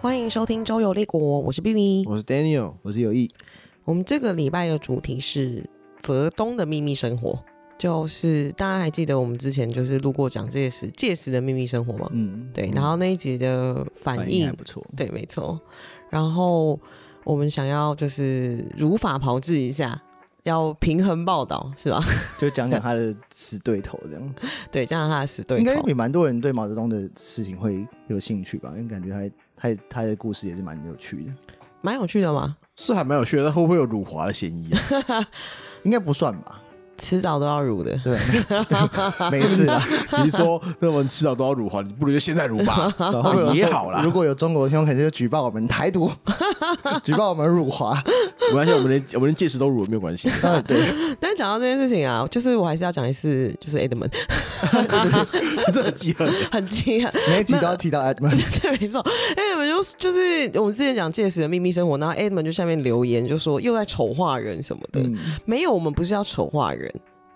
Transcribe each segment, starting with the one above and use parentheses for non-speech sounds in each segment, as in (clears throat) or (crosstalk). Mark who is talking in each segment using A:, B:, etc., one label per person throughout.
A: 欢迎收听周游列国，我是 B B。
B: 我是 Daniel，我是有意。
A: 我们这个礼拜的主题是泽东的秘密生活，就是大家还记得我们之前就是路过蒋介石届时的秘密生活吗？
B: 嗯，
A: 对，然后那一集的反
B: 反
A: 应
B: 还不错。
A: 对，没错。然后我们想要就是如法炮制一下，要平衡报道是吧？ (laughs)
B: 就讲讲他的死对头这样，
A: 对，这样他的死对
B: 应该
A: 头
B: 也。蛮多人对毛泽东的事情会有兴趣吧？因为感觉他他他的故事也是蛮有趣的，
A: 蛮有趣的嘛，
C: 是还蛮有趣的，但会不会有辱华的嫌疑、啊？
B: (laughs) 应该不算吧？
A: 迟早都要辱的。
B: (laughs) 对，没事 (laughs) 啦，
C: (laughs) 你是说那我们迟早都要辱华，你不如就现在辱吧，
B: (laughs) 然后有
C: 也
B: 中
C: 好啦
B: 如果有中国的听众，肯定就举报我们台独，举报我们辱华。
C: 没关系，我们连我们连戒指都辱了没有关系。
B: 嗯， (laughs) 对，
A: 但讲到这件事情啊，就是我还是要讲一次，就是 Edmund (laughs)
C: 这很记恨，
A: 很惊讶，
B: 每一集都要提到 Edmund，
A: (laughs) 对，没错。Edmund 就就是我们之前讲届时的秘密生活，然后 Edmund 就下面留言就说又在丑化人什么的，
B: 嗯，
A: 没有，我们不是要丑化人，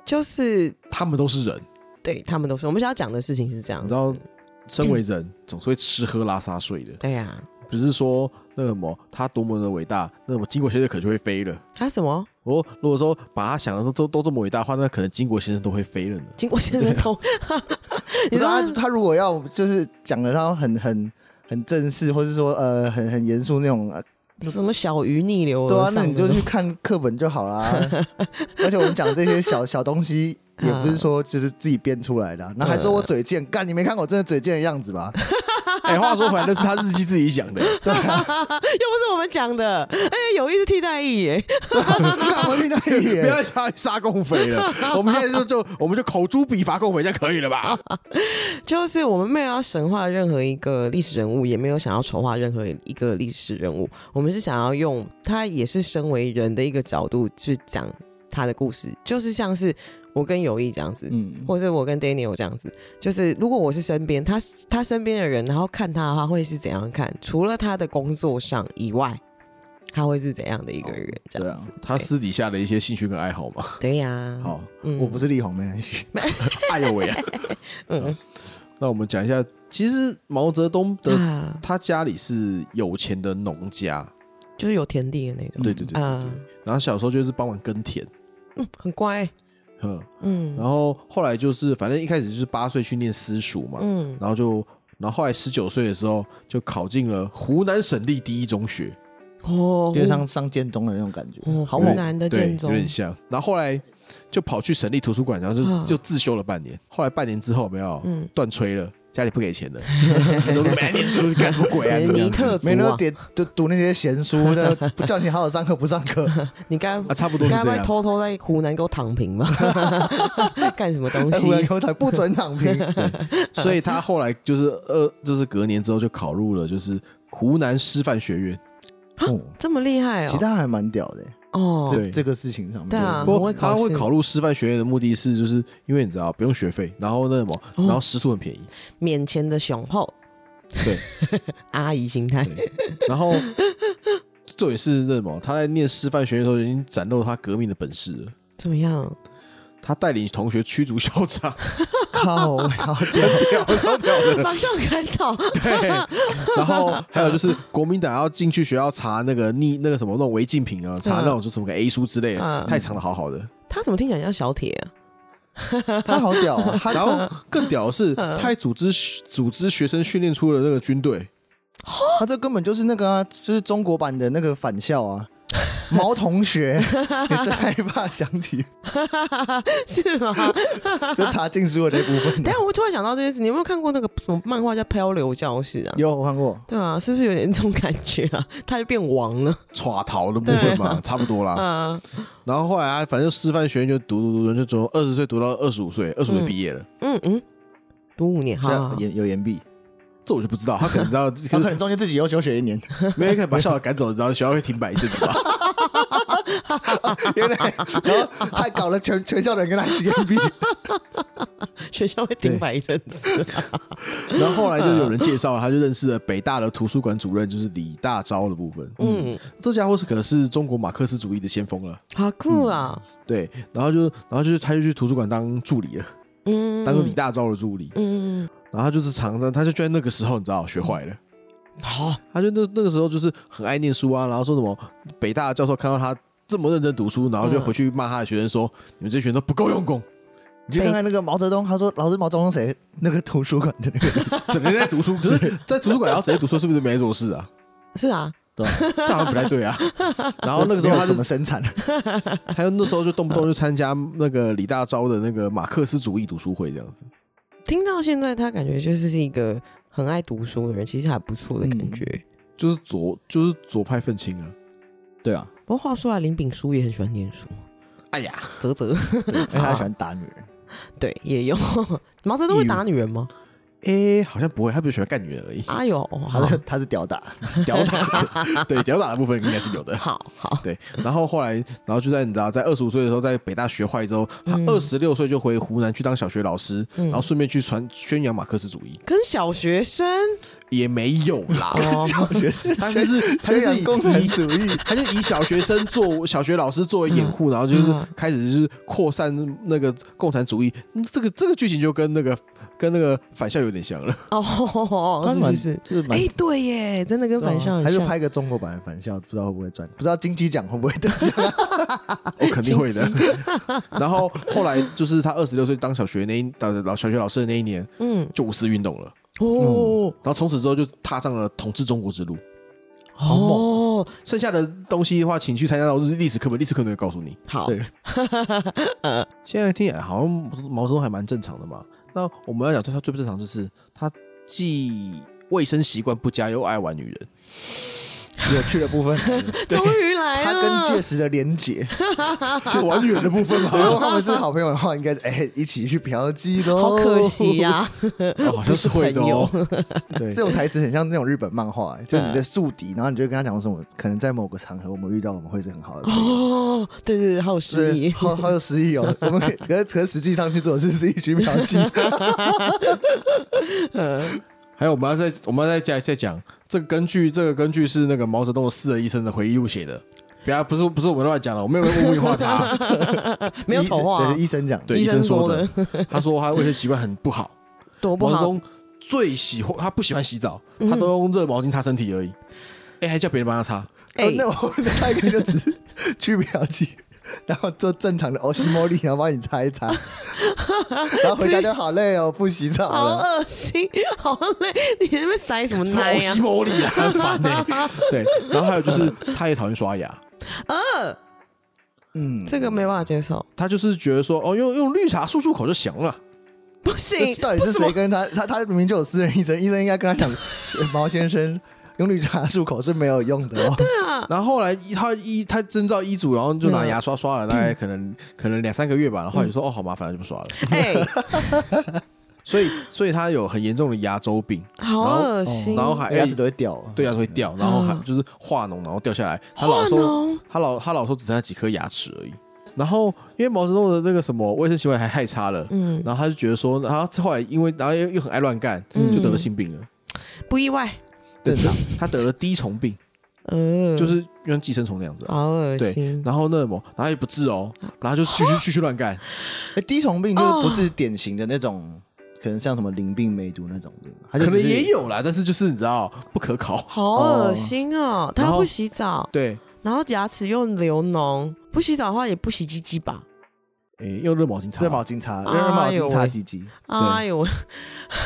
A: 就是
C: 他们都是人，
A: 对他们都是我们想要讲的事情是这样
C: 你
A: 子
C: 知。道，身为人、 (clears throat) 总是会吃喝拉撒睡的，
A: 对呀、啊
C: 不是说那个什么他多么的伟大，那么经过先生可就会飞了。
A: 啊什么？
C: 我如果说把他想的都都都这么伟大的话，那可能金国先生都会飞了呢。
A: 经过先生通，
B: (laughs) 你
A: 你
B: 知
A: 说
B: 道他他如果要就是讲的他很很很正式，或是说呃很很严肃那种呃
A: 什么小鱼逆流
B: 对啊
A: 而，
B: 那
A: 上
B: 你
A: 的
B: 就
A: 东
B: 去
A: 西
B: 看课本就好啦。而且我们讲这些小小东西，也
A: 嗯
B: 不是说就是自己编出来的啊、那还说我嘴贱，干你没看过我真的嘴贱的样
A: (laughs)
B: 子吧？
C: 哎、话说回来，那是他日记自己讲的，
A: (laughs) 又不是我们讲的，哎、有意是替代役耶，
B: 干我听到一
C: 不要
B: 眼，
C: 叫他去杀共匪了。我们现在就就我们就口诛笔伐共匪，这样可以了吧？
A: 就是我们没有要神化任何一个历史人物，也没有想要丑化任何一个历史人物，我们是想要用他也是身为人的一个角度去讲他的故事，就是像是我跟友谊这样子，
B: 嗯，
A: 或者我跟 Daniel 这样子，就是如果我是身边他他身边的人，然后看他的话会是怎样看？除了他的工作上以外，他会是怎样的一个人？
C: 哦
A: 这
B: 对
A: 样
B: 啊
A: 子，，
C: 他私底下的一些兴趣跟爱好嘛。
A: 对呀、
C: 啊好，
A: 嗯
B: 我不是力宏没关系，
C: (laughs) 哎呦喂、啊！
A: 嗯
C: 那我们讲一下，其实毛泽东的
A: 啊，
C: 他家里是有钱的农家，
A: 就是有田地的那种
C: 对嗯对对对
A: 啊
C: 对。，然后小时候就是帮忙耕田，
A: 嗯，很乖，
C: 嗯，
A: 嗯，
C: 然后后来就是反正一开始就是八岁去念私塾嘛，
A: 嗯，
C: 然后就然后后来十九岁的时候就考进了湖南省立第一中学，
A: 哦，
B: 就像上剑中的那种感觉，
A: 哦，好
C: 有点
A: 难的
C: 对，
A: 建
C: 有
A: 中，
C: 点像。然后后来就跑去省立图书馆，然后
A: 啊
C: 就就自修了半年。后来半年之后有没有
A: 嗯，
C: 断炊了，家里不给
A: (laughs)
C: 钱了，你都没念书干什么鬼啊？你这
A: 尼
C: 样子
A: 特族
B: 每天都
A: 啊，
B: 点就读那些闲书，那不叫你好好上课不上课，
A: 你刚
C: 啊，差不多是
A: 该不
C: 这
A: 会
C: 样。
A: 偷偷在湖南给我躺平
C: (laughs)
A: 吗？ (laughs) 干什么东西
B: 忽？然给我打不准躺平，
C: (laughs) 所以
A: 嗯
C: 他后来就是呃，就是隔年之后就考入了就是湖南师范学院。
B: 哦
A: (laughs) 这么厉害
B: 其
A: 哦！
B: 他还蛮屌的、
A: 哦，
B: 这
C: 对
B: 这个事情上面，
A: 对啊
C: 不
A: 很会
C: 过
A: 考
C: 他会
A: 试
C: 考入师范学院的目的是，就是因为你知道不用学费，然后那什么，
A: 哦
C: 然后食宿很便宜，
A: 免钱的雄厚
C: 对，
A: (laughs) 阿姨心态，
C: 对
A: (laughs)
C: 然后重点是那什么，他在念师范学院的时候已经展露他革命的本事了。
A: 怎么样？
C: 他带领同学驱逐校长，
B: 靠，好屌，
C: 屌超屌的。
A: 马上赶走，
C: 对，然后还有就是国民党要进去学校查那个逆那个什么那种违禁品啊，查那种是什么个 A 书之类
A: 嗯
C: 的，太藏的好好的。
A: (laughs) 他怎么听起来像小铁啊？ (laughs)
B: 他好屌啊，他
C: 然后更屌的是，他还组织组织学生训练出了那个军队，
B: 他这根本就是那个啊，就是中国版的那个返校啊，毛同
A: (laughs)
B: 学，你是害怕想起
A: 是
C: (laughs)
A: 吗？
B: 就查禁书的那部分
A: 等
B: 啊、
A: 一下我突然想到这件事，你有没有看过那个什么漫画叫《漂流教室》啊？
B: 有我看过，
A: 对啊，是不是有点这种感觉啊？他就变王了
C: 耍逃的部分嘛，差不多啦。
A: 啊！
C: 然后后来啊，反正师范学院就读读读，就从二十岁读到二十五岁，二十五岁毕业了。
A: 嗯嗯，读五年，好
B: 这
A: 好
B: 样
A: 好
B: 言有言毕，
C: 这我就不知道，他可能知道，
B: 他
C: 可
B: 可能中间自己又休学一 (laughs) 年，
C: 能没人可以把校长赶走，然后学校会停摆一阵子吧。
B: 原来，然后还搞了全全校的人跟他一起言 (laughs) 毕，
A: 学校会停摆一阵子。
C: 然后后来就有人介绍，他就认识了北大的图书馆主任，就是李大钊的部分。嗯，
A: 嗯，
C: 这家伙是可是中国马克思主义的先锋了。
A: 好酷啊！
C: 对，然后就然后就是他就去图书馆当助理了，
A: 嗯，
C: 当个李大钊的助理。
A: 嗯，
C: 然后他就是常常，他就居然那个时候你知道学坏了，
A: 嗯好，
C: 他就那那个时候就是很爱念书啊，然后说什么北大的教授看到他这么认真读书，然后就
A: 嗯
C: 回去骂他的学生说：“你们这些学生都不够用功，
B: 你去看看那个毛泽东，他说老师毛泽东谁？那个图书馆的那个，
C: 整天在
B: (laughs)
C: 读书。”可是，在图书馆然后整天读书是不是没做事啊？
A: 是啊，
B: (laughs)
C: 这好像不太对啊。然后那个时
B: 没
C: 候
B: 有
C: 他
B: 什
C: 就
B: 么生产，
C: 还有那时候就动不动就参加那个李大钊的那个马克思主义读书会这样子。
A: 听到现在他感觉就是一个很爱读书的人，其实还不错的感觉。
C: 就是左就是左派愤青啊！
B: 对 (laughs) 啊，
A: 不过话说来，林炳书也很喜欢念书，
C: 哎呀，
A: 啧啧，
B: 因为他喜欢打女人。
A: (laughs) 对，也有。毛泽东会打女人吗？
C: 哎，好像不会，他就喜欢干女人而已。
A: 哎呦，哦好
B: 他是他是屌 (laughs) 打，
C: 屌打，对屌打的部 (laughs) 分应该是有的。
A: 好好，
C: 对，然后后来，然后就在你知道，在二十五岁的时候，在北大学坏之后，他
A: 嗯
C: 二十六岁就回湖南去当小学老师，
A: 嗯
C: 然后顺便去传宣扬马克思主义，
A: 跟小学生
C: 也没有啦。
A: 哦，
B: 学生
C: 他就是他
B: 宣
C: 就是
B: 扬
C: 以
B: 共产主义，
C: 他就以小学生做小学老师作为掩护，然后就是
A: 嗯
C: 开始就是扩散那个共产主义。嗯这个这个剧情就跟那个跟那个返校有点像了。
A: (laughs) 哦，
B: 蛮
A: 是是是，
B: 就是蛮啊
A: 哎，对啊耶，真的跟反向
B: 还
A: 很
B: 是
A: 像，
B: 拍个中国版的返校，不知道会不会赚，不知道金鸡奖会不会得奖。啊
C: 我肯定会的。然后后来就是他二十六岁当小学那一当老小学老师的那一年，
A: (laughs) 嗯，
C: 就五四运动了。
A: 哦
C: 然后从此之后就踏上了统治中国之路。
B: 好猛
A: 哦，
C: 剩下的东西的话，请去参加到历史课本，历史课本会告诉你。
A: 好，
B: (laughs) 对
C: 现在听起来好像毛泽东还蛮正常的嘛。那我们要讲对他最不正常，就是他既卫生习惯不佳，又爱玩女 (laughs) 人。
B: (laughs) 有趣的部
A: (laughs)
B: 分，
A: 终于来
B: 他
A: 了，
B: 跟届时的连
A: (laughs)
B: 结，
C: 就玩女人的部分嘛， (laughs)
B: 如果他们是好朋友的话，应该是哎、一起去嫖妓喽。
A: 好可惜啊呀、
C: 哦好像是会的哦。 (laughs)
B: (laughs)
C: 对
B: 这种台词很像那种日本漫画、哎就是你的宿敌，然后你就跟他讲什么，可能在某个场合我们遇到，我们会是很好的朋友。
A: (laughs) 哦，对对对，好有
B: 是
A: 诗意，
B: 好好有诗
A: (laughs)
B: 意哦。我们可以可是可是实际上去做的是自己去嫖妓，
C: 还有我们要再我们要再再再讲这个根据这个根据是那个毛泽东的四人一生的回忆录写的，不要不是不是我们乱讲的，我没有污名化 (laughs) 他。
A: 没有丑话、啊
B: (laughs) 对医生讲，
C: 对，
A: 医
C: 医
A: 生
C: 生
A: 说
C: 说
A: 的
C: 的，他说他卫生习惯很不好，
A: 多不
C: 毛泽
A: 好。嗯
C: 东最喜欢他不喜欢洗澡，他都用热毛巾擦身体而已。哎，还叫别人帮他擦，
A: 哎、
B: 哦那我 (laughs) 们大概就只是去嫖妓， (laughs) 然后做正常的欧西莫莉，然后帮你擦
A: (laughs)
B: 一擦，然后回家就好累哦，不洗澡
A: 好
B: 了。
A: 恶心， (laughs) 好累，你在那边塞什么
C: 什么
A: 奶
C: (laughs) 欧
A: 呀、
C: 西莫里啊，很烦呢。
A: (laughs)
C: 对，然后还有就是他也讨厌刷牙，
B: 嗯，
A: 呃这个没办法接受，
C: 他就是觉得说哦，用用绿茶漱漱口就行了。
A: 不行
B: 这。到底是
A: 不
B: 谁跟他？他他明明就有私人医生，医生应该跟他讲， (laughs) 毛先生用绿茶漱口是没有用的 (laughs) 哦。
A: 嗯
C: 然后后来一他一他遵照医嘱，然后就拿牙刷刷了大概可
A: 嗯
C: 能、 (laughs) 可能两三个月吧，然后也说、哦好麻烦，就不刷了。
A: 哎、
C: 所以所以他有很严重的牙周病，
A: 好恶心。
C: 然后还、哎
B: 牙齿都会掉。哦
C: 对啊牙齿会掉，然后还
A: 嗯
C: 就是化脓，然后掉下来。他
A: 化
C: 老说
A: 脓，
C: 他老他老说只剩下几颗牙齿而已。然后因为毛泽东的那个什么卫生习惯还太差了。
A: 嗯，
C: 然后他就觉得说，然后后来因为然后又又很爱乱干，
A: 嗯
C: 就得了性病了。
A: 不意外。
B: 正常。
C: 他得了滴虫病，
A: 嗯、哦
C: 就是像寄生虫那样子啊。
A: 好恶
C: 对
A: 心。
C: 然后那什么，然后也不治哦，然后就继续继续乱干。
B: 哎滴虫病就是
A: 哦
B: 不是典型的那种，可能像什么淋病、梅毒那种的，它就
C: 可能
B: 只是
C: 也。有啦，但是就是你知道不可考。
A: (laughs) 好恶心哦！他
C: 然
A: 又
C: 后
A: 不洗澡，
C: 对，
A: 然后牙齿又流脓，不洗澡的话也不洗鸡鸡吧？
C: 诶、用热毛巾擦，
B: 热毛巾擦，热
A: 哎呦
B: 毛巾擦
A: 喂
B: 鸡鸡，
A: 哎呦，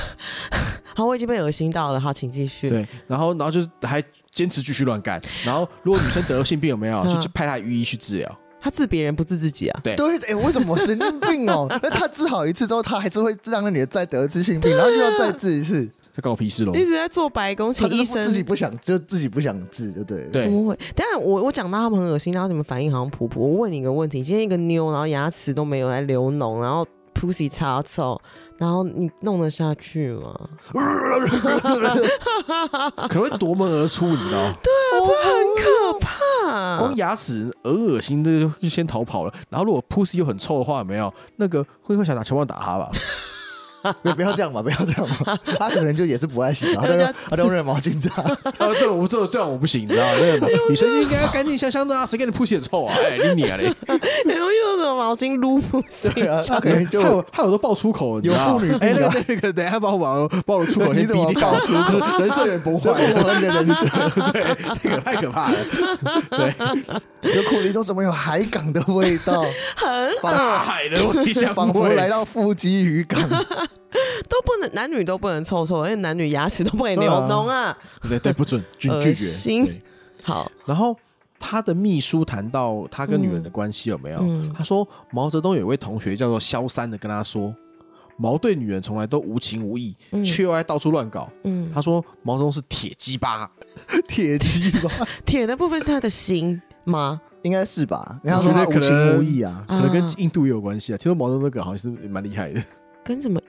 A: (laughs) 好，我已经被恶心到了。好，请继续。
C: 对，嗯然后然后就是还坚持继续乱干，然后如果女生得了性病有
B: (laughs)
C: 没有，
A: 嗯
C: 就去派她御医去治疗。
A: 他治别人不治自己啊？
C: 对，
B: 对，哎、为什么神经病哦？那他治好一次之后，他还是会让那女的再得一次性
A: 啊
B: 病，然后又要再治一次，
C: 他关我屁事喽。
A: 一直在做白工，
B: 哦他
A: 请
B: 就是
A: 医
B: 不
A: 生
B: 自己不想，就自己不想治，就对了。
A: 怎
C: 对，
A: 么会？但我我讲到他们很恶心，然后你们反应好像普普。我问你一个问题：今天一个妞，然后牙齿都没有，还流脓，然后 pussy 超臭，然后你弄得下去吗？
C: 可能会夺门而出，你
B: (laughs)
C: 知道吗？
B: 哦
A: 很可怕
B: 啊
C: 光。牙齿恶恶心，这就就先逃跑了。然后如果 pussy 又很臭的话，有没有那个会会想拿拳棒打他吧？
B: (laughs)
C: (laughs)
B: 不不要这样嘛，不要这样嘛。他可能就也是不爱洗澡，他就
A: 人家
B: 他就用热毛巾擦。
C: 啊，这我这这样我不行，你知道吗？
B: (laughs)
C: 那个女生就应该干净香香的啊，谁给你扑血臭啊？哎，你你
B: (laughs)
C: 啊嘞， (laughs)
A: 很容易用什么毛巾撸不行。
B: 对啊， (laughs) 他可能就
C: 害我害我都爆粗口，你知道吗
B: 有妇女病
C: 哎，那
B: 啊
C: 个那个，等一下把我把爆了粗口，
B: 你
C: 先
B: 怎么
C: 逼掉
B: 爆粗口 (laughs)
C: 人设也不
B: 不啊
C: 坏，
B: 符合你的人生。
C: 对，这个太可怕了， (laughs)
B: (laughs)
C: 对，
B: 就库里说怎么有海港的味道，
C: 大海的味香
B: 仿佛
C: 味
B: 来到腹肌渔港。
A: 都不能，男女都不能凑凑，而且男女牙齿都不可以流动啊。
C: 对对，不准拒
A: 恶
C: 拒绝。
A: 心
C: 对
B: 啊
A: 好，
C: 然后他的秘书谈到他跟女人的关系有没有？
A: 嗯
C: 他说毛泽东有位同学叫做萧三的，跟他说。毛对女人从来都无情无义，却又爱到处乱搞。
A: 嗯，
C: 他说毛泽东是铁鸡巴，
B: 铁鸡吧，
A: 铁的部分是他的心吗？
B: 应该是吧？人家说他无情无义啊，
C: 可能跟
A: 啊
C: 印度有关系啊。听说毛泽东那个好像是蛮厉害的，
A: 跟什么？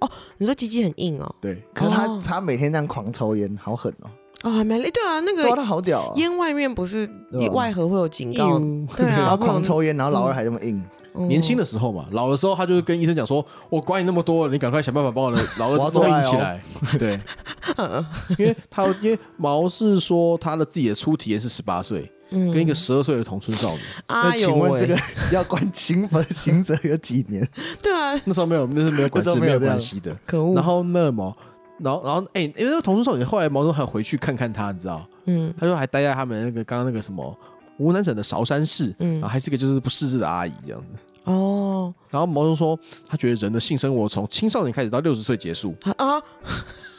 A: 哦，你说鸡鸡很硬哦，
C: 对，
B: 可是他、
A: 哦
B: 他每天这样狂抽烟，好狠哦！
A: 哦，还蛮对啊，那
B: 对啊，
A: 个
B: 他好屌、哦，
A: 烟外面不是
B: 对啊吧
A: 外盒会有警告，对
B: 然 (laughs)
A: 啊，
B: 后
A: 会有
B: 狂抽烟，然后老二还这么硬，
A: 嗯
C: 年轻的时候嘛，老的时候他就是跟医生讲说：“我管你那么多，你赶快想办法把我的老
B: 我要
C: 二
B: 做
C: 弄
B: 爱哦
C: 硬起来。”对，
A: 嗯
C: 因为他因为毛是说他的自己的初体验是十八岁，
A: 嗯
C: 跟一个十二岁的童春少女，
B: 那
A: 哎呦
B: 请问
A: 喂
B: 这，个要关刑罚刑责有几年？
A: 对啊，
C: 那时候没有那是没有管
B: 那时
C: 制
B: 候没有
C: 没有
B: 这样嗯
C: 关系的。
A: 可恶
C: 然，后那毛，然后然后哎，因为那个童春少女后来毛泽东还回去看看他，你知道，
A: 嗯
C: 他说还待在他们那个刚刚那个什么湖南省的韶山市，然后
A: 嗯，
C: 还是个就是不识字的阿姨这样子。
A: 哦，
C: 然后毛泽东说，他觉得人的性生活从青少年开始到六十岁结束，
A: 啊， (laughs)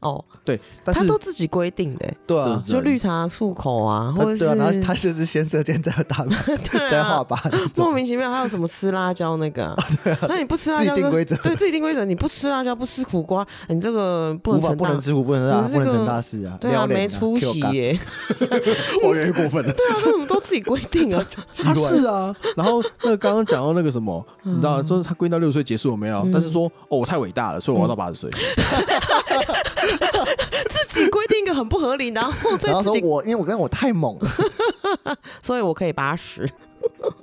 A: 哦，
C: 对，但
A: 他
C: 是
A: 都自己规定的，欸
B: 对
C: 啊
B: 啊
C: 对，
A: 就绿茶漱口啊，
B: 他
A: 或者
B: 对啊，然
A: 是
B: 后他就是先射箭，再打靶，
A: 对啊
B: 再画靶，
A: 莫名其妙还有什么吃辣椒
B: (laughs)
A: 那个啊、那你不吃辣椒
B: 自己定
A: 跟
B: 规则
A: 对自己定规则，你不吃辣椒不吃苦瓜，你这个不
B: 无
A: 能
B: 法
A: 成
B: 不
A: 大
B: 能。吃苦，不能大，
A: 你这
B: 不能成
A: 个
B: 大事啊！
A: 对啊，
B: 撩脸
A: 没出息
B: Q 感
A: 耶！
C: 我越来越过分了。
A: 对啊，这怎么都自己规定啊？
C: 他是啊，然后那个刚刚讲到那个什么，你知
B: 嗯
C: 道，就是他归到六十岁结束有没有？但是说哦，我太伟大了，所以
B: 嗯
C: 我要到八十岁。
A: 自己规定一个很不合理，然后再
B: 然后
A: 自
B: 说
A: 己，
B: 我因为我跟我太猛了，
A: 所以我可以八十。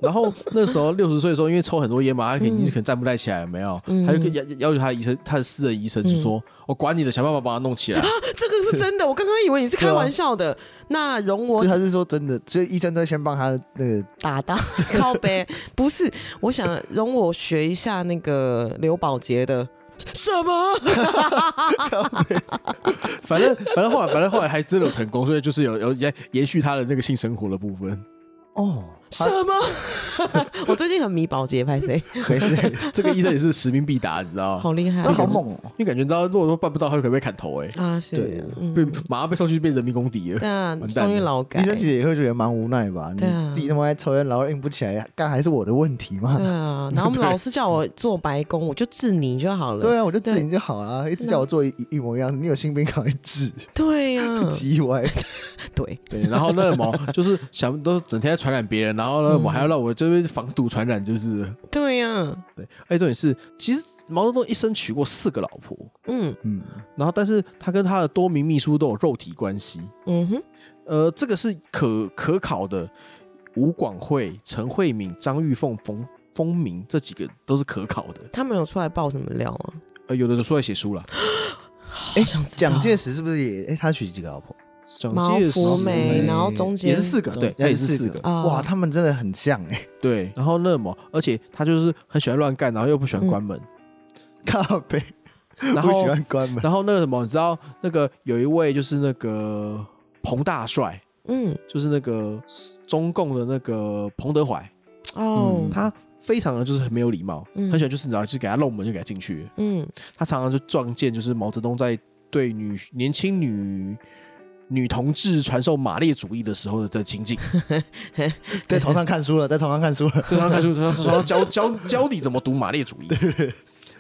C: 然后那时候六十岁的时候，因为抽很多烟嘛，他可能已经可能站不太起来，有没有？他就跟要要求他的医生，他的私人医生就说：“我管你的，想办法把他弄起来。
A: (laughs) 这个是真的，我刚刚以为你是开玩笑的。那容我
B: 所以他是说真的，所以医生都会先帮他那个
A: (laughs) 打到靠背，不是，我想容我学一下那个刘宝杰的什么？
C: 反正反正后来反正后来还真的有成功，所以就是有有延延续他的那个性生活的部分。
B: 哦，
A: (laughs) 什么？我最近很迷宝洁，拍谁？
C: 没事， (laughs) 这个医生也是使命必达，你知道吗？
A: 好厉害
B: 他好猛哦，
C: 因为感觉到如果说办不到，他就可能被砍头哎、
A: 啊！是
B: 对，
C: 被
A: 嗯，
C: 马上被送去变人民公敌了。
A: 那
C: 完蛋
A: 送
C: 了
A: 医劳改
B: 医，生其实也会觉得蛮无奈吧？
A: 对啊
B: 你自己他妈在抽烟，然后硬不起来，干还是我的问题
A: 对
B: 嘛？
A: 啊。然后我们老师叫我做白工，我就治你就好了。
B: 对啊，我就自己就好啊了，一直叫我做一一模一样。你有性病赶快治，
A: 对呀，
B: 鸡歪。
A: 对，
C: 对，然后那毛就是想都整天在传染别人，然后呢，我还要让我这边防堵传染，就是了
A: 对呀，
C: 对。哎，重点是，其实毛泽东一生娶过四个老婆，
A: (laughs) 嗯
B: 嗯，
C: 然后但是他跟他的多名秘书都有肉体关系，
A: 嗯哼，
C: 呃，这个是可可考的。吴广惠、陈慧敏、张玉凤、冯冯明这几个都是可考的，
A: 他们有出来爆什么料吗？
C: 呃，有的就出来写书了。
A: 哎，想知道
B: 蒋介石是不是也？哎，他娶几个老婆？
C: 蒋
A: 毛
C: 介
A: 福
C: 石
A: 梅，
B: 梅
A: 然后中间
C: 也是四个，对，那也是四个，
A: 啊
B: 哇，他们真的很像哎，
C: 对。然后那毛，而且他就是很喜欢乱干，然后又不喜欢关门，
B: (laughs) 靠背，
C: 然
B: 不
C: 后
B: 喜欢关门。
C: 然后那个什么，你知道那个有一位就是那个彭大帅，
A: 嗯
C: 就是那个中共的那个彭德怀，
A: 哦
B: 嗯
C: 他非常的就是很没有礼貌，
A: 嗯
C: 很喜欢就是你知道，就是给他漏门就给他进去。
A: 嗯
C: 他常常就撞见就是毛泽东在对女年轻女。女同志传授马列主义的时候的的情景，
B: 在 (laughs) 床上看书了，在床上看书了，
C: 对，他他 (laughs) 就他说教教教你怎么读马列主义，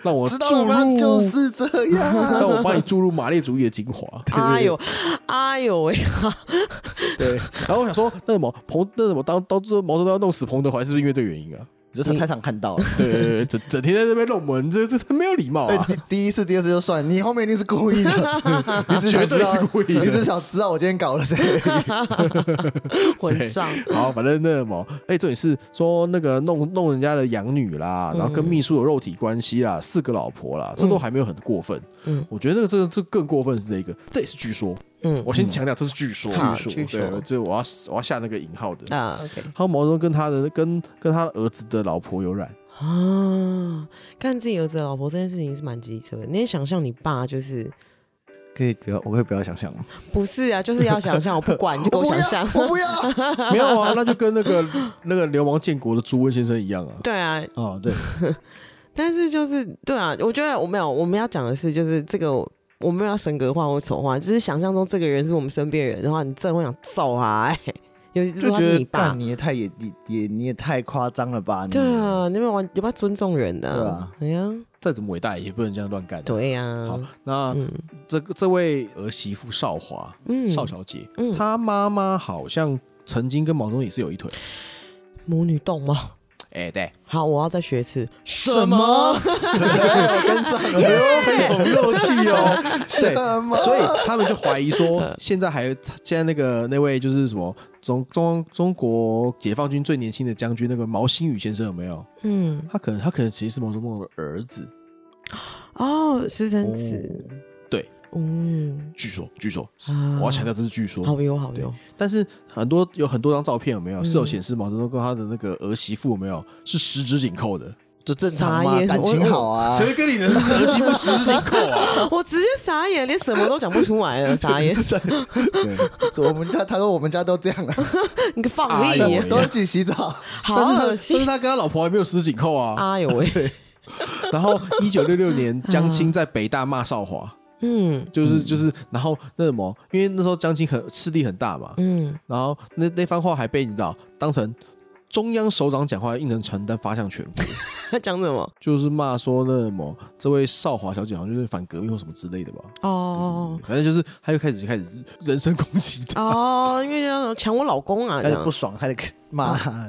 C: 让我
B: 知
C: 注
B: 道了吗？
C: 入，
B: 就是这 (laughs) 样。
C: 让我帮你注入马列主义的精华。
A: 哎呦，哎呦 (laughs) 喂，
C: 对，然后我想说，那什么彭，那什么当当初毛泽东要弄死彭德怀，是不是因为这个原因啊？
B: 你就在菜场看 (laughs) 到了。
C: 对对对，整整天在这边弄我们，这这没有礼貌
B: 哎
C: 啊，
B: 第！第一次、第二次就算，你后面一定是故意 (laughs) 的，你只想
C: 绝对
B: 知道
C: 是故意的
B: 你只想知道我今天搞了谁。
A: 混账，
C: 好，反正那什么，哎、重点是说那个弄弄人家的养女啦，然后
A: 嗯
C: 跟秘书有肉体关系啦，四个老婆啦，这都还没有很过分。
A: 嗯
C: 我觉得这个这个这个更过分的是这个，这也是据说。
A: 嗯
C: 我先强调，这是据说，
A: 好
C: 据
A: 据
C: 说，
A: 说
C: 对，这我要我要下那个引号的。
A: 啊，OK
C: 还有毛泽东跟他的跟跟他儿子的老婆
A: (laughs)
C: 有染，
A: 啊，干自己儿子的老婆这件事情是蛮机车的。你也想象你爸就是
B: 可以不要，我可以不要想象吗？
A: 不是啊？就是要想象，我不 (laughs) 管，你就给
B: 我
A: 我
B: 不
A: 想
B: 要，
A: 象。
B: 我不要。
C: 没有啊？那就跟那个那个流氓建国的朱温先生一样啊。
A: 对啊，(laughs)
B: 哦，对，
A: 但是就是对啊，我觉得我没有我们要讲的是，就是这个我没有要神格化或丑化，只是想象中这个人是我们身边人的话，你真的会想揍他、哎，尤其如
B: 就
A: 果他
B: 觉
A: 是你
B: 得
A: 爸
B: 干，你也太也你也你也太夸张了
C: 嗯
B: 吧？你
A: 对，啊，你们玩有没有尊重人的、对呀、
C: 再怎么伟大，也不能这样乱干、啊。
A: 对呀、
C: 啊好，那
A: 嗯
C: 这个这位儿媳妇少华，
A: 嗯，
C: 邵小姐，
A: 嗯
C: 她妈妈好像曾经跟毛泽东也是有一腿。
A: 母女动吗？
C: 哎、对，
A: 好，我要再学一次。
C: 什么？
B: 对跟上了，
C: 很有肉气哦。对
B: 什，么
C: 所以他们就怀疑说，现在还现在那个那位就是什么中中中国解放军最年轻的将军那个毛新宇先生有没有？
A: 嗯，
C: 他可能他可能其实是毛泽东的儿子，
A: 哦，私生子。
C: 对，
A: 嗯，
C: 据说据说，
A: 啊
C: 我要强调这是据说。
A: 好哟，好哟。
C: 但是很多有很多张照片有没有是有显示毛泽东跟他的那个儿媳妇有没有是十指紧扣的？
B: 这正常
A: 傻
B: 嘛，
A: 眼
B: 感情好啊。
C: 谁跟你的儿媳妇十指紧扣 (laughs) 啊？
A: 我直接傻眼，连什么都讲不出来了，
C: (laughs)
A: 傻眼，
B: 我们家他说我们家都这样啊，
A: 你个放
C: 哎
A: 屁
C: 呦
A: 呀！
B: 都一起洗澡。
A: 好
C: 但是他
A: 恶
C: 但是
A: 心。
C: 他跟他老婆还没有十指紧扣啊。
A: (laughs) 哎呦
C: (laughs)
A: 喂，
C: 然后一九六六年，江青在北大骂少华，
A: 嗯
C: 就是就是，然后那什么，因为那时候江青很势力很大嘛，
A: 嗯，
C: 然后那那番话还被你知道当成中央首长讲话印成传单发向全国，
A: 他讲什么？
C: 就是骂说那什么这位少华小姐好像就是反革命或什么之类的吧。
A: 哦
C: 反正就是，他就开始就开始人身攻击他。
A: 哦，因为那种抢我老公啊，
B: 他
A: 这
B: 就
A: 样
B: 不爽，还得骂 (laughs) 他。
A: 啊，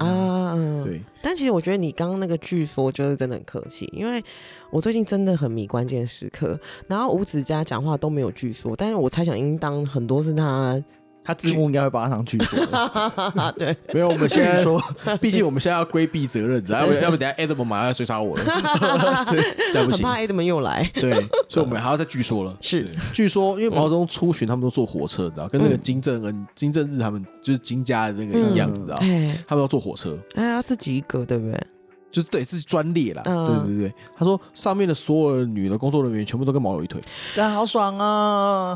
A: 嗯
C: 哎对，
A: 但其实我觉得你刚刚那个据说就是真的很客气，因为我最近真的很迷关键时刻，然后吴子嘉讲话都没有据说，但是我猜想应当很多是
B: (laughs)
A: 他，
B: 他字幕应该会把他上去说的。
A: 对，
C: 没有，我们现
A: (laughs)
C: 在
B: 据说，
C: (laughs) 毕竟我们现在要规避责任，然后要不等下 Adam 马上要追杀我了，对这样不
A: 很
C: 行。
A: 怕 A 们又来，
C: 对，所以我们还要再据说了。
A: 是
C: 对，据说因为毛泽东出巡，他们都坐火车，你知道，跟那个金正恩、金正日他们就是金家的那个一样，
B: 嗯
C: 你知道，
A: 哎
C: 他们要坐火车，
A: 哎呀，自己一个对不对？
C: 就是对，是专列啦。
A: 嗯
C: 对对对，他说上面的所有女的工作人员全部都跟毛有一腿，
B: 但好爽 (laughs) 啊！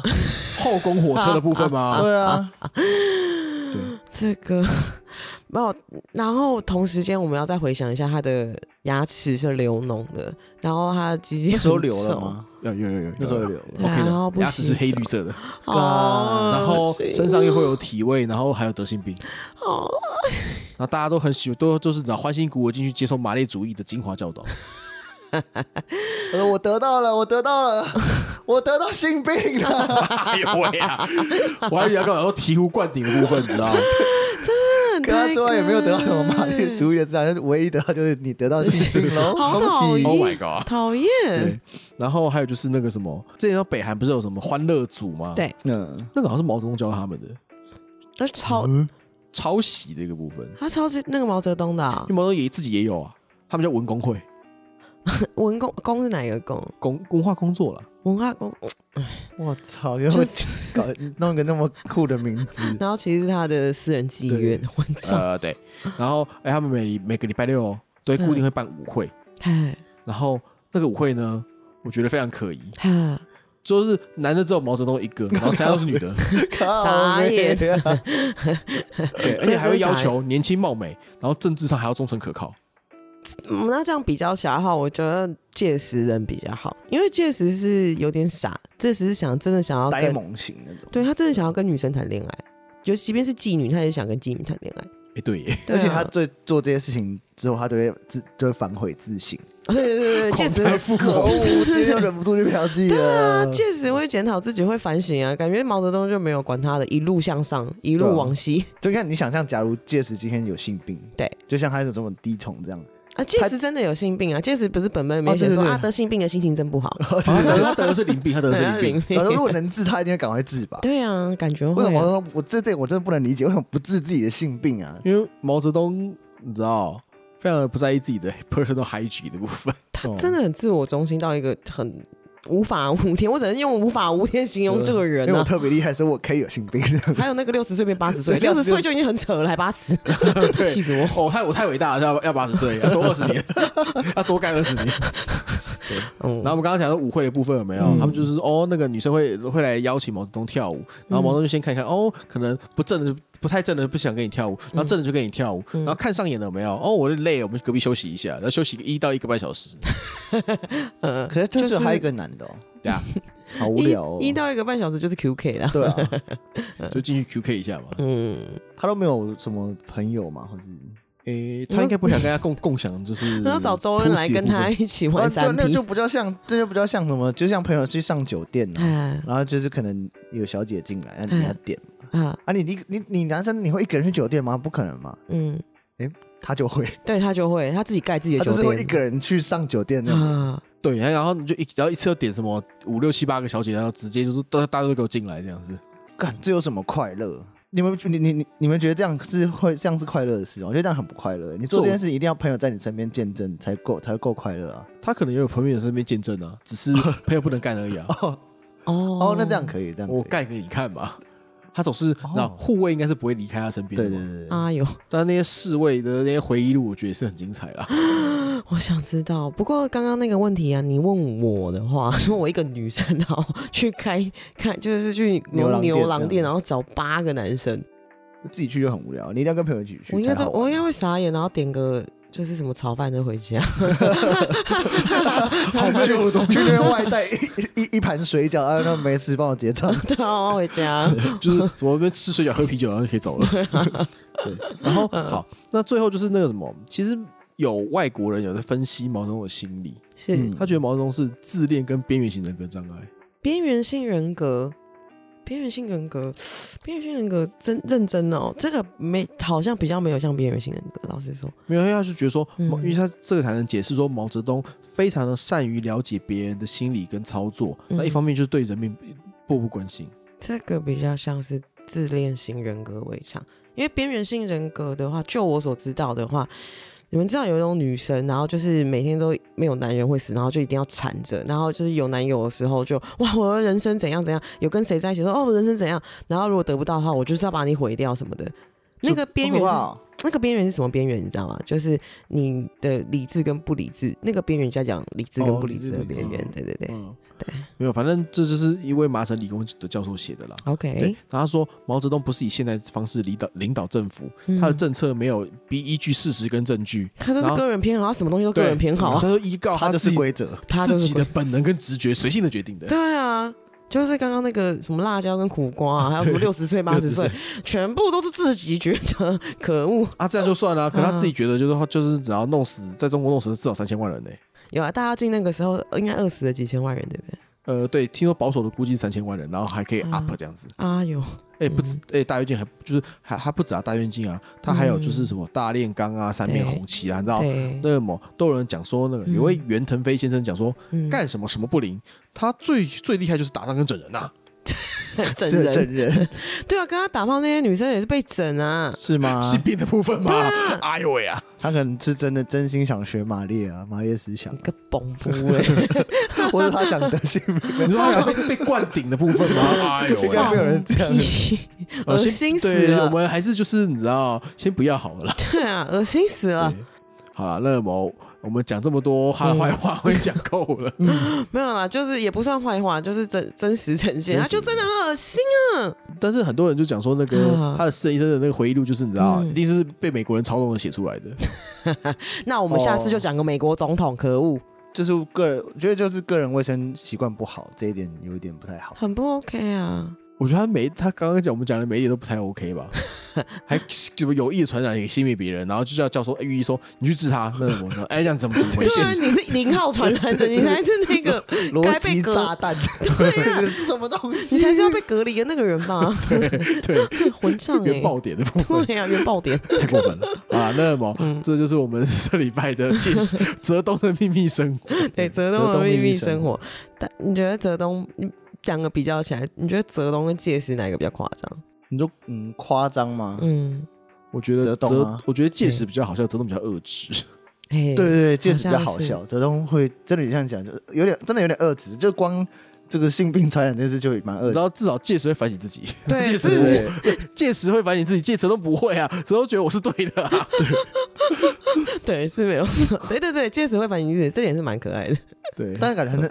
C: 后宫火车的部分吗？
B: 对啊，
C: 对，
A: 这个没有，然后同时间我们要再回想一下，他的牙齿是流脓的，然后他的鸡鸡
B: 那时候
A: 很
B: 留了
A: 瘦？
B: 吗？
C: 有有有有，
B: 那时候有留了。
A: 对啊
C: OK
A: 然后不
C: 的，牙齿是
A: 洗
C: 黑绿色的，
B: 啊
A: 哦，
C: 然后
A: 不行
C: 身上又会有体味，然后还有德性病，
A: 哦，
C: 然后大家都很喜欢，都就是你知道欢欣鼓舞进去接受马列主义的精华教导。
B: 我说我得到了，我得到 (laughs) 了，我得到性病了。
C: 哎呦喂啊！我还以为要干嘛？说醍醐灌顶的部分，你知道吗？
A: 很
B: 可他
A: 太
B: 最后也没有得到
A: 尴
B: 什么马列
A: 尬
B: 主义的治疗，但是唯一得到就是你得到性病 (laughs) 喽，
A: 好讨
B: 恭
A: 厌
B: 喜！
C: (laughs) Oh (laughs) my god！
A: (laughs) 讨厌，
C: 对，然后还有就是那个什么，之前说北韩不是有什么欢乐组吗？
A: 对
B: 嗯，
C: 那个好像是毛泽东教他们的，
A: 那超
C: 抄袭的一个部分，因
A: 他超级那个毛泽东的啊
C: 为，毛泽东也自己也有啊，他们叫文工会，
A: 文工工是哪一个工？
C: 工文化工作了。
A: 文化工，
B: 我操，又搞弄个那么酷的名 (laughs) 字，
A: 然后其实是他的私人妓院，混账，
C: 呃，对，然后哎、他们每每个礼拜六哦都会固定会办舞会，
A: 嗨
C: 然后那个舞会呢，我觉得非常可疑，
A: 嗨，
C: 就是男的只有毛泽东一个，然后其他都是女的，
A: 傻眼
B: 靠北啊
C: 对，而且还会要求年轻貌美，然后政治上还要忠诚可靠。
A: 嗯那这样比较起来的话，我觉得介石人比较好，因为介石是有点傻，介石是想真的想要
B: (laughs) 呆
A: 跟，
B: 萌型那种。
A: 对他真的想要跟女生谈恋爱，就即便是妓女，他也想跟妓女谈恋爱。
C: 哎、对耶，
A: 对
B: 而
A: 啊
B: 且他最做这些事情之后，他都会自就会反悔自省。
A: (laughs) 对对对对，啊介石
C: 狂拍腹
B: (laughs) 可恶，我今天又忍不住去嫖妓了。
A: 介石会检讨自己，会反省啊，感觉毛泽东就没有管他的，一路向上，一
B: 对
A: 路
B: 啊
A: 往西。
B: 就看你想象，假如介石今天有性病，
A: 对， (laughs)
B: 就像他有这么低宠这样，
A: 啊，介石真的有性病啊，介石不是本本里面
B: 哦对
A: 写
B: 对
A: 说
B: 对
A: 啊得性病的心情真
B: (laughs)
A: 不好，
C: 啊他得他得的是淋病，他得的
A: 对啊
C: 是淋病。
A: 淋
B: 然后如果能治，他一定会赶快治吧。
A: (laughs) 对啊，感觉
B: 为
A: 会
B: 什么
A: 啊、
B: 毛泽东？我这点我真的不能理解，为什么不治自己的性病啊？
C: 因为毛泽东，你知道，非常的不在意自己的 personal hygiene 的部分。
A: 他
C: 哦
A: 真的很自我中心到一个很无法无天，我只能用无法无天形容这个人
B: 因为我
A: 啊。
B: 特别厉害，所以我可以
A: (laughs)
B: 有性病。
A: 还有那个六十岁变八十岁，
C: 对
A: 六十
C: 60
A: 岁就已经很扯了，还八十，
C: 对
A: 气死我！
C: 哦，太我太伟大了，要要八十岁，要多二十年， (laughs) 要多干二十年。
A: 嗯
C: 然后
B: 嗯
C: 我们刚刚讲的舞会的部分有没有？
A: 嗯
C: 他们就是哦，那个女生会会来邀请毛泽东跳舞，然后毛泽东就先看一看，哦，可能不正的不太正的不想跟你跳舞，然后正的就跟你跳舞，然后看上眼了有没有？哦，我累了，我们去隔壁休息一下，然后休息一到一个半小时，
A: 嗯，
B: 可是
A: 就
B: 这
A: 是
B: 还有一个男的、哦，
C: 对啊，
B: (laughs) 好无聊、哦
A: 一一到一个半小时就是 QK 啦。 (laughs)
B: 对啊，
C: 就进去 QK 一下嘛。
A: 嗯，
B: 他都没有什么朋友嘛，或者
C: 诶，他应该不想跟他共共享，
A: (laughs)
C: 就是
A: 那要找周恩来跟他一起玩
B: 啊
A: 三
B: 对那
A: P，
B: 就不叫像，这就不叫像什么，就像朋友去上酒店、啊，
A: 哎
B: 然后就是可能有小姐进来，那你要点嘛
A: 啊
B: 啊，你你你你男生你会一个人去酒店吗？不可能嘛，
A: 嗯，
B: 他就会，
A: 对他就会他自己盖自己
B: 他
A: 的酒
B: 啊就是会
A: 店，
B: 一个人去上酒店那种。
A: 啊，
C: 对，然后你就一然后一次要点什么五六七八个小姐，然后直接就是大大家都给我进来这样子。
B: 干，这有什么快乐？你们你你你你们觉得这样是会这样是快乐的事吗？我觉得这样很不快乐。欸你做
C: 做
B: 这件事一定要朋友在你身边见证才够才会够快乐啊！
C: 他可能也有朋友在那边见证啊，只
A: (laughs)
C: 是朋友不能干而已啊。
A: 哦
B: 哦，那这样可以，这样可以
C: (laughs) 我干给你看嘛。他总是，
B: 哦
C: 那护卫应该是不会离开他身边的
B: 对
C: 嘛。
B: 对对对，
A: 啊有，
C: 但那些侍卫的那些回忆录，我觉得也是很精彩
A: (laughs)
C: 啦。
A: 我想知道。不过刚刚那个问题啊，你问我的话， (laughs) 说我一个女生然后去开开，就是去
B: 牛
A: 牛
B: 郎店
A: 牛郎店，
B: 这样
A: 然后找八个男生，
B: 自己去就很无聊，你一定要跟朋友一起去。
A: 我应该
B: 才
A: 都
B: 好玩
A: 我应该会傻眼，然后点个就是什么炒饭就回家。 (laughs)
B: 好旧的东西，去那边外带一 (laughs) 一一盘水饺，啊，那没事帮我结账。
A: 对啊，回家。
C: (laughs) 就是怎么那边吃水饺、喝啤酒，然后就可
A: (laughs)
C: 以走了。对，然后
A: 嗯
C: 好，那最后就是那个什么，其实有外国人有在分析毛泽东的心理，
A: 是、
B: 嗯
C: 他觉得毛泽东是自恋跟边缘型人格障碍。
A: 边缘性人格，边缘性人格，边缘性人格真认真哦，这个没好像比较没有像边缘性人格。老实说，
C: 没有，因为他就觉得说，
A: 嗯
C: 毛因为他这个才能解释说毛泽东非常的善于了解别人的心理跟操作，
A: 嗯
C: 那一方面就是对人民漠不关心。
A: 这个比较像是自恋型人格为常，因为边缘性人格的话，就我所知道的话，你们知道有一种女生，然后就是每天都没有男人会死，然后就一定要缠着，然后就是有男友的时候就哇，我的人生怎样怎样，有跟谁在一起说哦，我人生怎样，然后如果得不到的话，我就是要把你毁掉什么的。 (laughs) 那个边缘
B: 好
A: 是
B: 可怕哦
A: 那个边缘是什么边缘？你知道吗？就是你的理智跟不理智，那个边缘在讲理智跟不理智的边缘。
C: 哦理
A: 对对对、
C: 嗯，
A: 对，
C: 没有，反正这就是一位麻省理工的教授写的啦。
A: o k
C: 对，然后他说毛泽东不是以现代方式领导领导政府，
A: 嗯
C: 他的政策没有依依据事实跟证据，
A: 他就是
C: 然后
A: 个人偏好，他什么东西都个
C: 对
A: 人偏好啊
C: 他，说依
A: (laughs)
C: 靠
B: 它
C: 他
B: 就
C: 就是是
B: 规则，
A: 他
C: 自
A: 就是
C: 己的本能跟直觉随性的决定的。
A: 对啊。就是刚刚那个什么辣椒跟苦瓜啊，还有什么六十岁八十岁，全部都是自己觉得可恶。
C: 啊，这样就算了、可
A: 嗯
C: 他自己觉得就是就是只要弄死，在中国弄死至少三千万人呢、
A: 有啊，大家进那个时候应该饿死了几千万人，对不对？
C: 呃，对，听说保守的估计三千万人，然后还可以
A: 嗯
C: up 这样子。
A: 啊有，
C: 哎、不止，哎、大跃进还就是还还不止啊，大跃进啊，他还有就是什么大炼钢啊、三
A: 嗯
C: 面
A: 对
C: 红旗啊，你知道
A: 对，
C: 那么都有人讲说，那个
A: 嗯
C: 有位袁腾飞先生讲说，
A: 嗯 (laughs)
C: 干什么什么不灵，他最最厉害就是打仗跟整人呐、啊
A: 整
B: 是
A: 人，(laughs)
B: 真人
A: 对啊，刚刚打炮那些女生也是被整啊，
B: 是吗？
C: 性病的部分嘛。哎呦喂啊，
A: (laughs)
B: 他可能是真的真心想学马列啊，马列思想 (laughs)
A: 你，个崩夫嘞！
B: 或者他想得性病，
C: 你说他有被被灌顶的部分
A: (laughs)
C: 吗？哎呦
B: 应
C: 喂
B: 该
C: 啊
B: 没，有人这样。
A: 屁
C: 呃
A: 恶
C: 先
A: 心死
C: 对，我
A: 了！
C: 们还是就是你知道，先不要好了啦。
A: (laughs)
C: (laughs)
A: 对啊，恶心死了。
C: 对好了，那么我们讲这么多他的坏
A: 嗯
C: 话，我已经讲够了。
A: 没有啦，就是也不算坏话，就是真真实呈现，啊他
C: 真实
A: 就真的很恶心啊！
C: 但是很多人就讲说，那
A: 啊
C: 个他的私人医生的那个回忆录，就是你知道，
A: 嗯
C: 一定是被美国人操纵的写出
A: (laughs)
C: 来的。
A: 那我们下次就讲个美国总统，可恶，
B: 就是个人，我觉得就是个人卫生习惯不好，这一点有一点不太好。
A: 很不 OK 啊！
C: 我觉得他每他刚刚讲我们讲的每一点都不太
A: (laughs)
C: OK 吧，还怎么有意传染给性别别人，然后就叫教授哎寓意说你去治他，那什么，哎这样怎么怎么回
A: 对啊，
C: 事？
A: 你是零号传染 (laughs) 者，你才是那个该
B: 逻
A: 被
B: 辑
A: 隔
B: 炸弹，
A: (laughs) 对啊
B: (laughs) 什么东西？
A: 你才是要被隔离的那个人 (laughs) 吧？
C: (laughs) 对，
A: 混账哎、
B: (laughs)
C: 原爆点的部分
A: 对呀、啊嗯原爆点。
C: 太过分了啊！那么这就是我们这礼拜的见识泽东的秘密生活，
A: (laughs) 对，泽
B: 泽
A: 东的
B: 东
A: 秘
B: 秘密
A: 密生
B: 生
A: 活。 (laughs) 但你觉得泽东，你两个比较起来，你觉得泽东跟介石哪一个比较夸张？
B: 你说嗯夸张吗？
A: 嗯，
C: 我觉得
B: 泽东
C: 泽
B: 啊
C: 我觉得戒石比较好笑，泽东比较恶质，
A: 嘿，
B: 对对对，戒指
A: 像
B: 比较好
A: 是
B: 笑。泽东会真的像讲，就有点真的有点恶质，就光这个性病传染这件事就蛮恶质
C: 然。后至少戒石会反省自己，
A: 对
C: (laughs) 戒
A: 自己
C: 石戒石会反省自己，戒石都不会啊，泽东觉得我是对的啊，
A: (laughs) 对是没有错。 (laughs) 对对对，介石会反应自己，这点是蛮可爱的。
C: 对，
B: 但是感觉很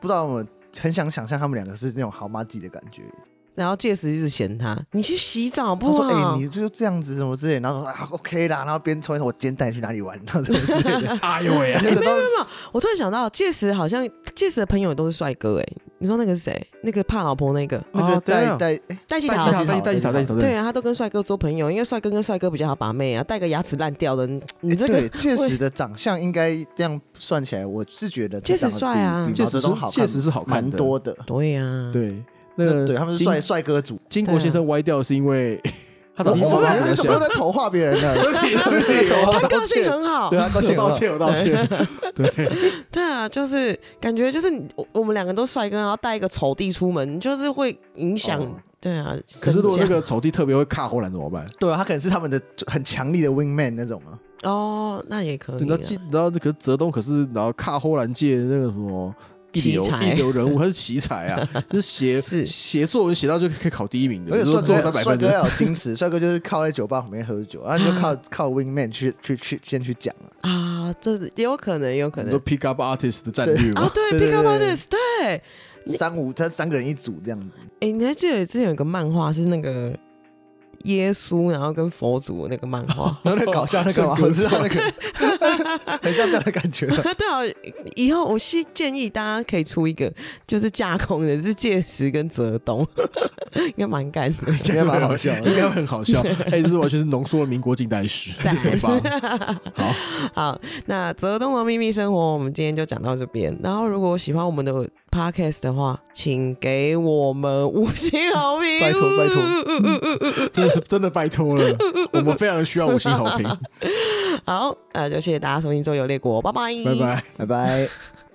B: 不知道我很想想象他们两个是那种好妈鸡的感觉。
A: 然后介石一直嫌他，你去洗澡
B: 他
A: 不
B: 说：“哎、
A: 好？
B: 你就这样子什么之类的。”然后说：“啊，OK 啦。”然后边抽烟说：“我今天带你去哪里玩？”然后什
A: (laughs)
B: 么之类的。
C: 哎呦喂啊，
B: 那个都
A: 我突然想到，介石好像介石的朋友都是帅哥哎、你说那个是谁？那个怕老婆那个
B: 那个
C: 啊对
B: 带
C: 啊
B: 带哎
A: 戴季
B: 戴
A: 陶
B: 季陶
C: 戴戴季陶，戴季陶，
A: 对啊，他都跟帅哥做朋友，因为帅哥跟帅哥比较好把妹啊。带个牙齿烂掉的，
C: 哎
A: 你你这个
B: 对戒指的长相应该这样算起来，我是觉得
A: 戒指
B: 长得
A: 帅啊
B: 比比
C: 戒
B: 毛
C: 指
B: 泽
C: 是
B: 东好看，
C: 戒指是好看
B: 蛮
C: 的
B: 多的。
A: 对啊呀，
C: 对，那
B: 那
C: 个
B: 对他们是
C: 金
B: 帅帅哥组。
C: 金国先生歪掉是因为他的
B: 你
C: 头
B: 怎么啊
C: 发
B: 你
C: 很
B: 怎么又
C: 小。
B: 在丑化别人 (laughs) 呢？
C: 对
A: 他
B: 道
A: 个性
B: 歉
A: 很好
C: 对，啊，
B: 歉
C: 道歉，我道歉。对，
A: 对啊，就是感觉就是你我我们两个都帅哥，然后带一个丑弟出门，你就是会影响、
B: 哦
A: 对啊。
C: 可是如果
A: 身
C: 那
A: 价
C: 个丑弟特别会卡后篮怎么办？
B: (laughs) 对啊，他可能是他们的很强力的 wing man 那种啊。
A: 哦，那也可以
C: 你知道，
A: 啦。
C: 记你知道这个泽东可是然后卡后篮界那个什么一流
A: 奇才
C: 一流人物，他是奇才啊，就是写
A: 是
C: 写作文写到就可以考第一名的，
B: 而且
C: 说
B: 帅
C: 做三
B: 哥
C: 百
B: 帅
C: 分
B: 哥
C: 的。
B: 要有矜持，帅哥就是靠在酒吧旁边喝酒，然后你就靠靠 wing man 去去去先去讲啊。
A: 啊，这是也有可能，也有可
C: 很
A: 能
C: 多 pick up artist 的战略
A: 啊
C: 嘛。，
A: 对
B: 对
A: ，pick
B: 对
A: up
B: 对对
A: artist，对，你
B: 三五他三个人一组这样子，。
A: 哎、你还记得之前有一个漫画是那个耶稣，然后跟佛祖的那个漫
C: (laughs)
A: 画
B: 然后那个搞笑那 (laughs) 个嘛，
C: 圣
B: 我
C: 歌
B: 知道那个， (laughs) 很像这样的感觉。
A: (laughs) 对啊，以后我是建议大家可以出一个，就是架空的，是介石跟泽东， (laughs) 应该蛮干的。
B: 应该蛮好笑的
C: 应该会很好笑。
B: (laughs)
C: 哎，这是完全是浓缩了民国近代史， (laughs)
A: 赞
C: 很棒。好，
A: (laughs) 好，那泽东的秘密生活，我们今天就讲到这边。然后，如果喜欢我们的 podcast 的话，请给我们五星好评，
B: 拜托拜
A: (laughs)
B: 托
A: 托。
C: 真的是真的拜托了，我们非常需要五星
B: (laughs)
C: 好评，
A: 好，那就谢谢大家收听《周游列国》，拜拜，
C: 拜拜。
B: 拜拜。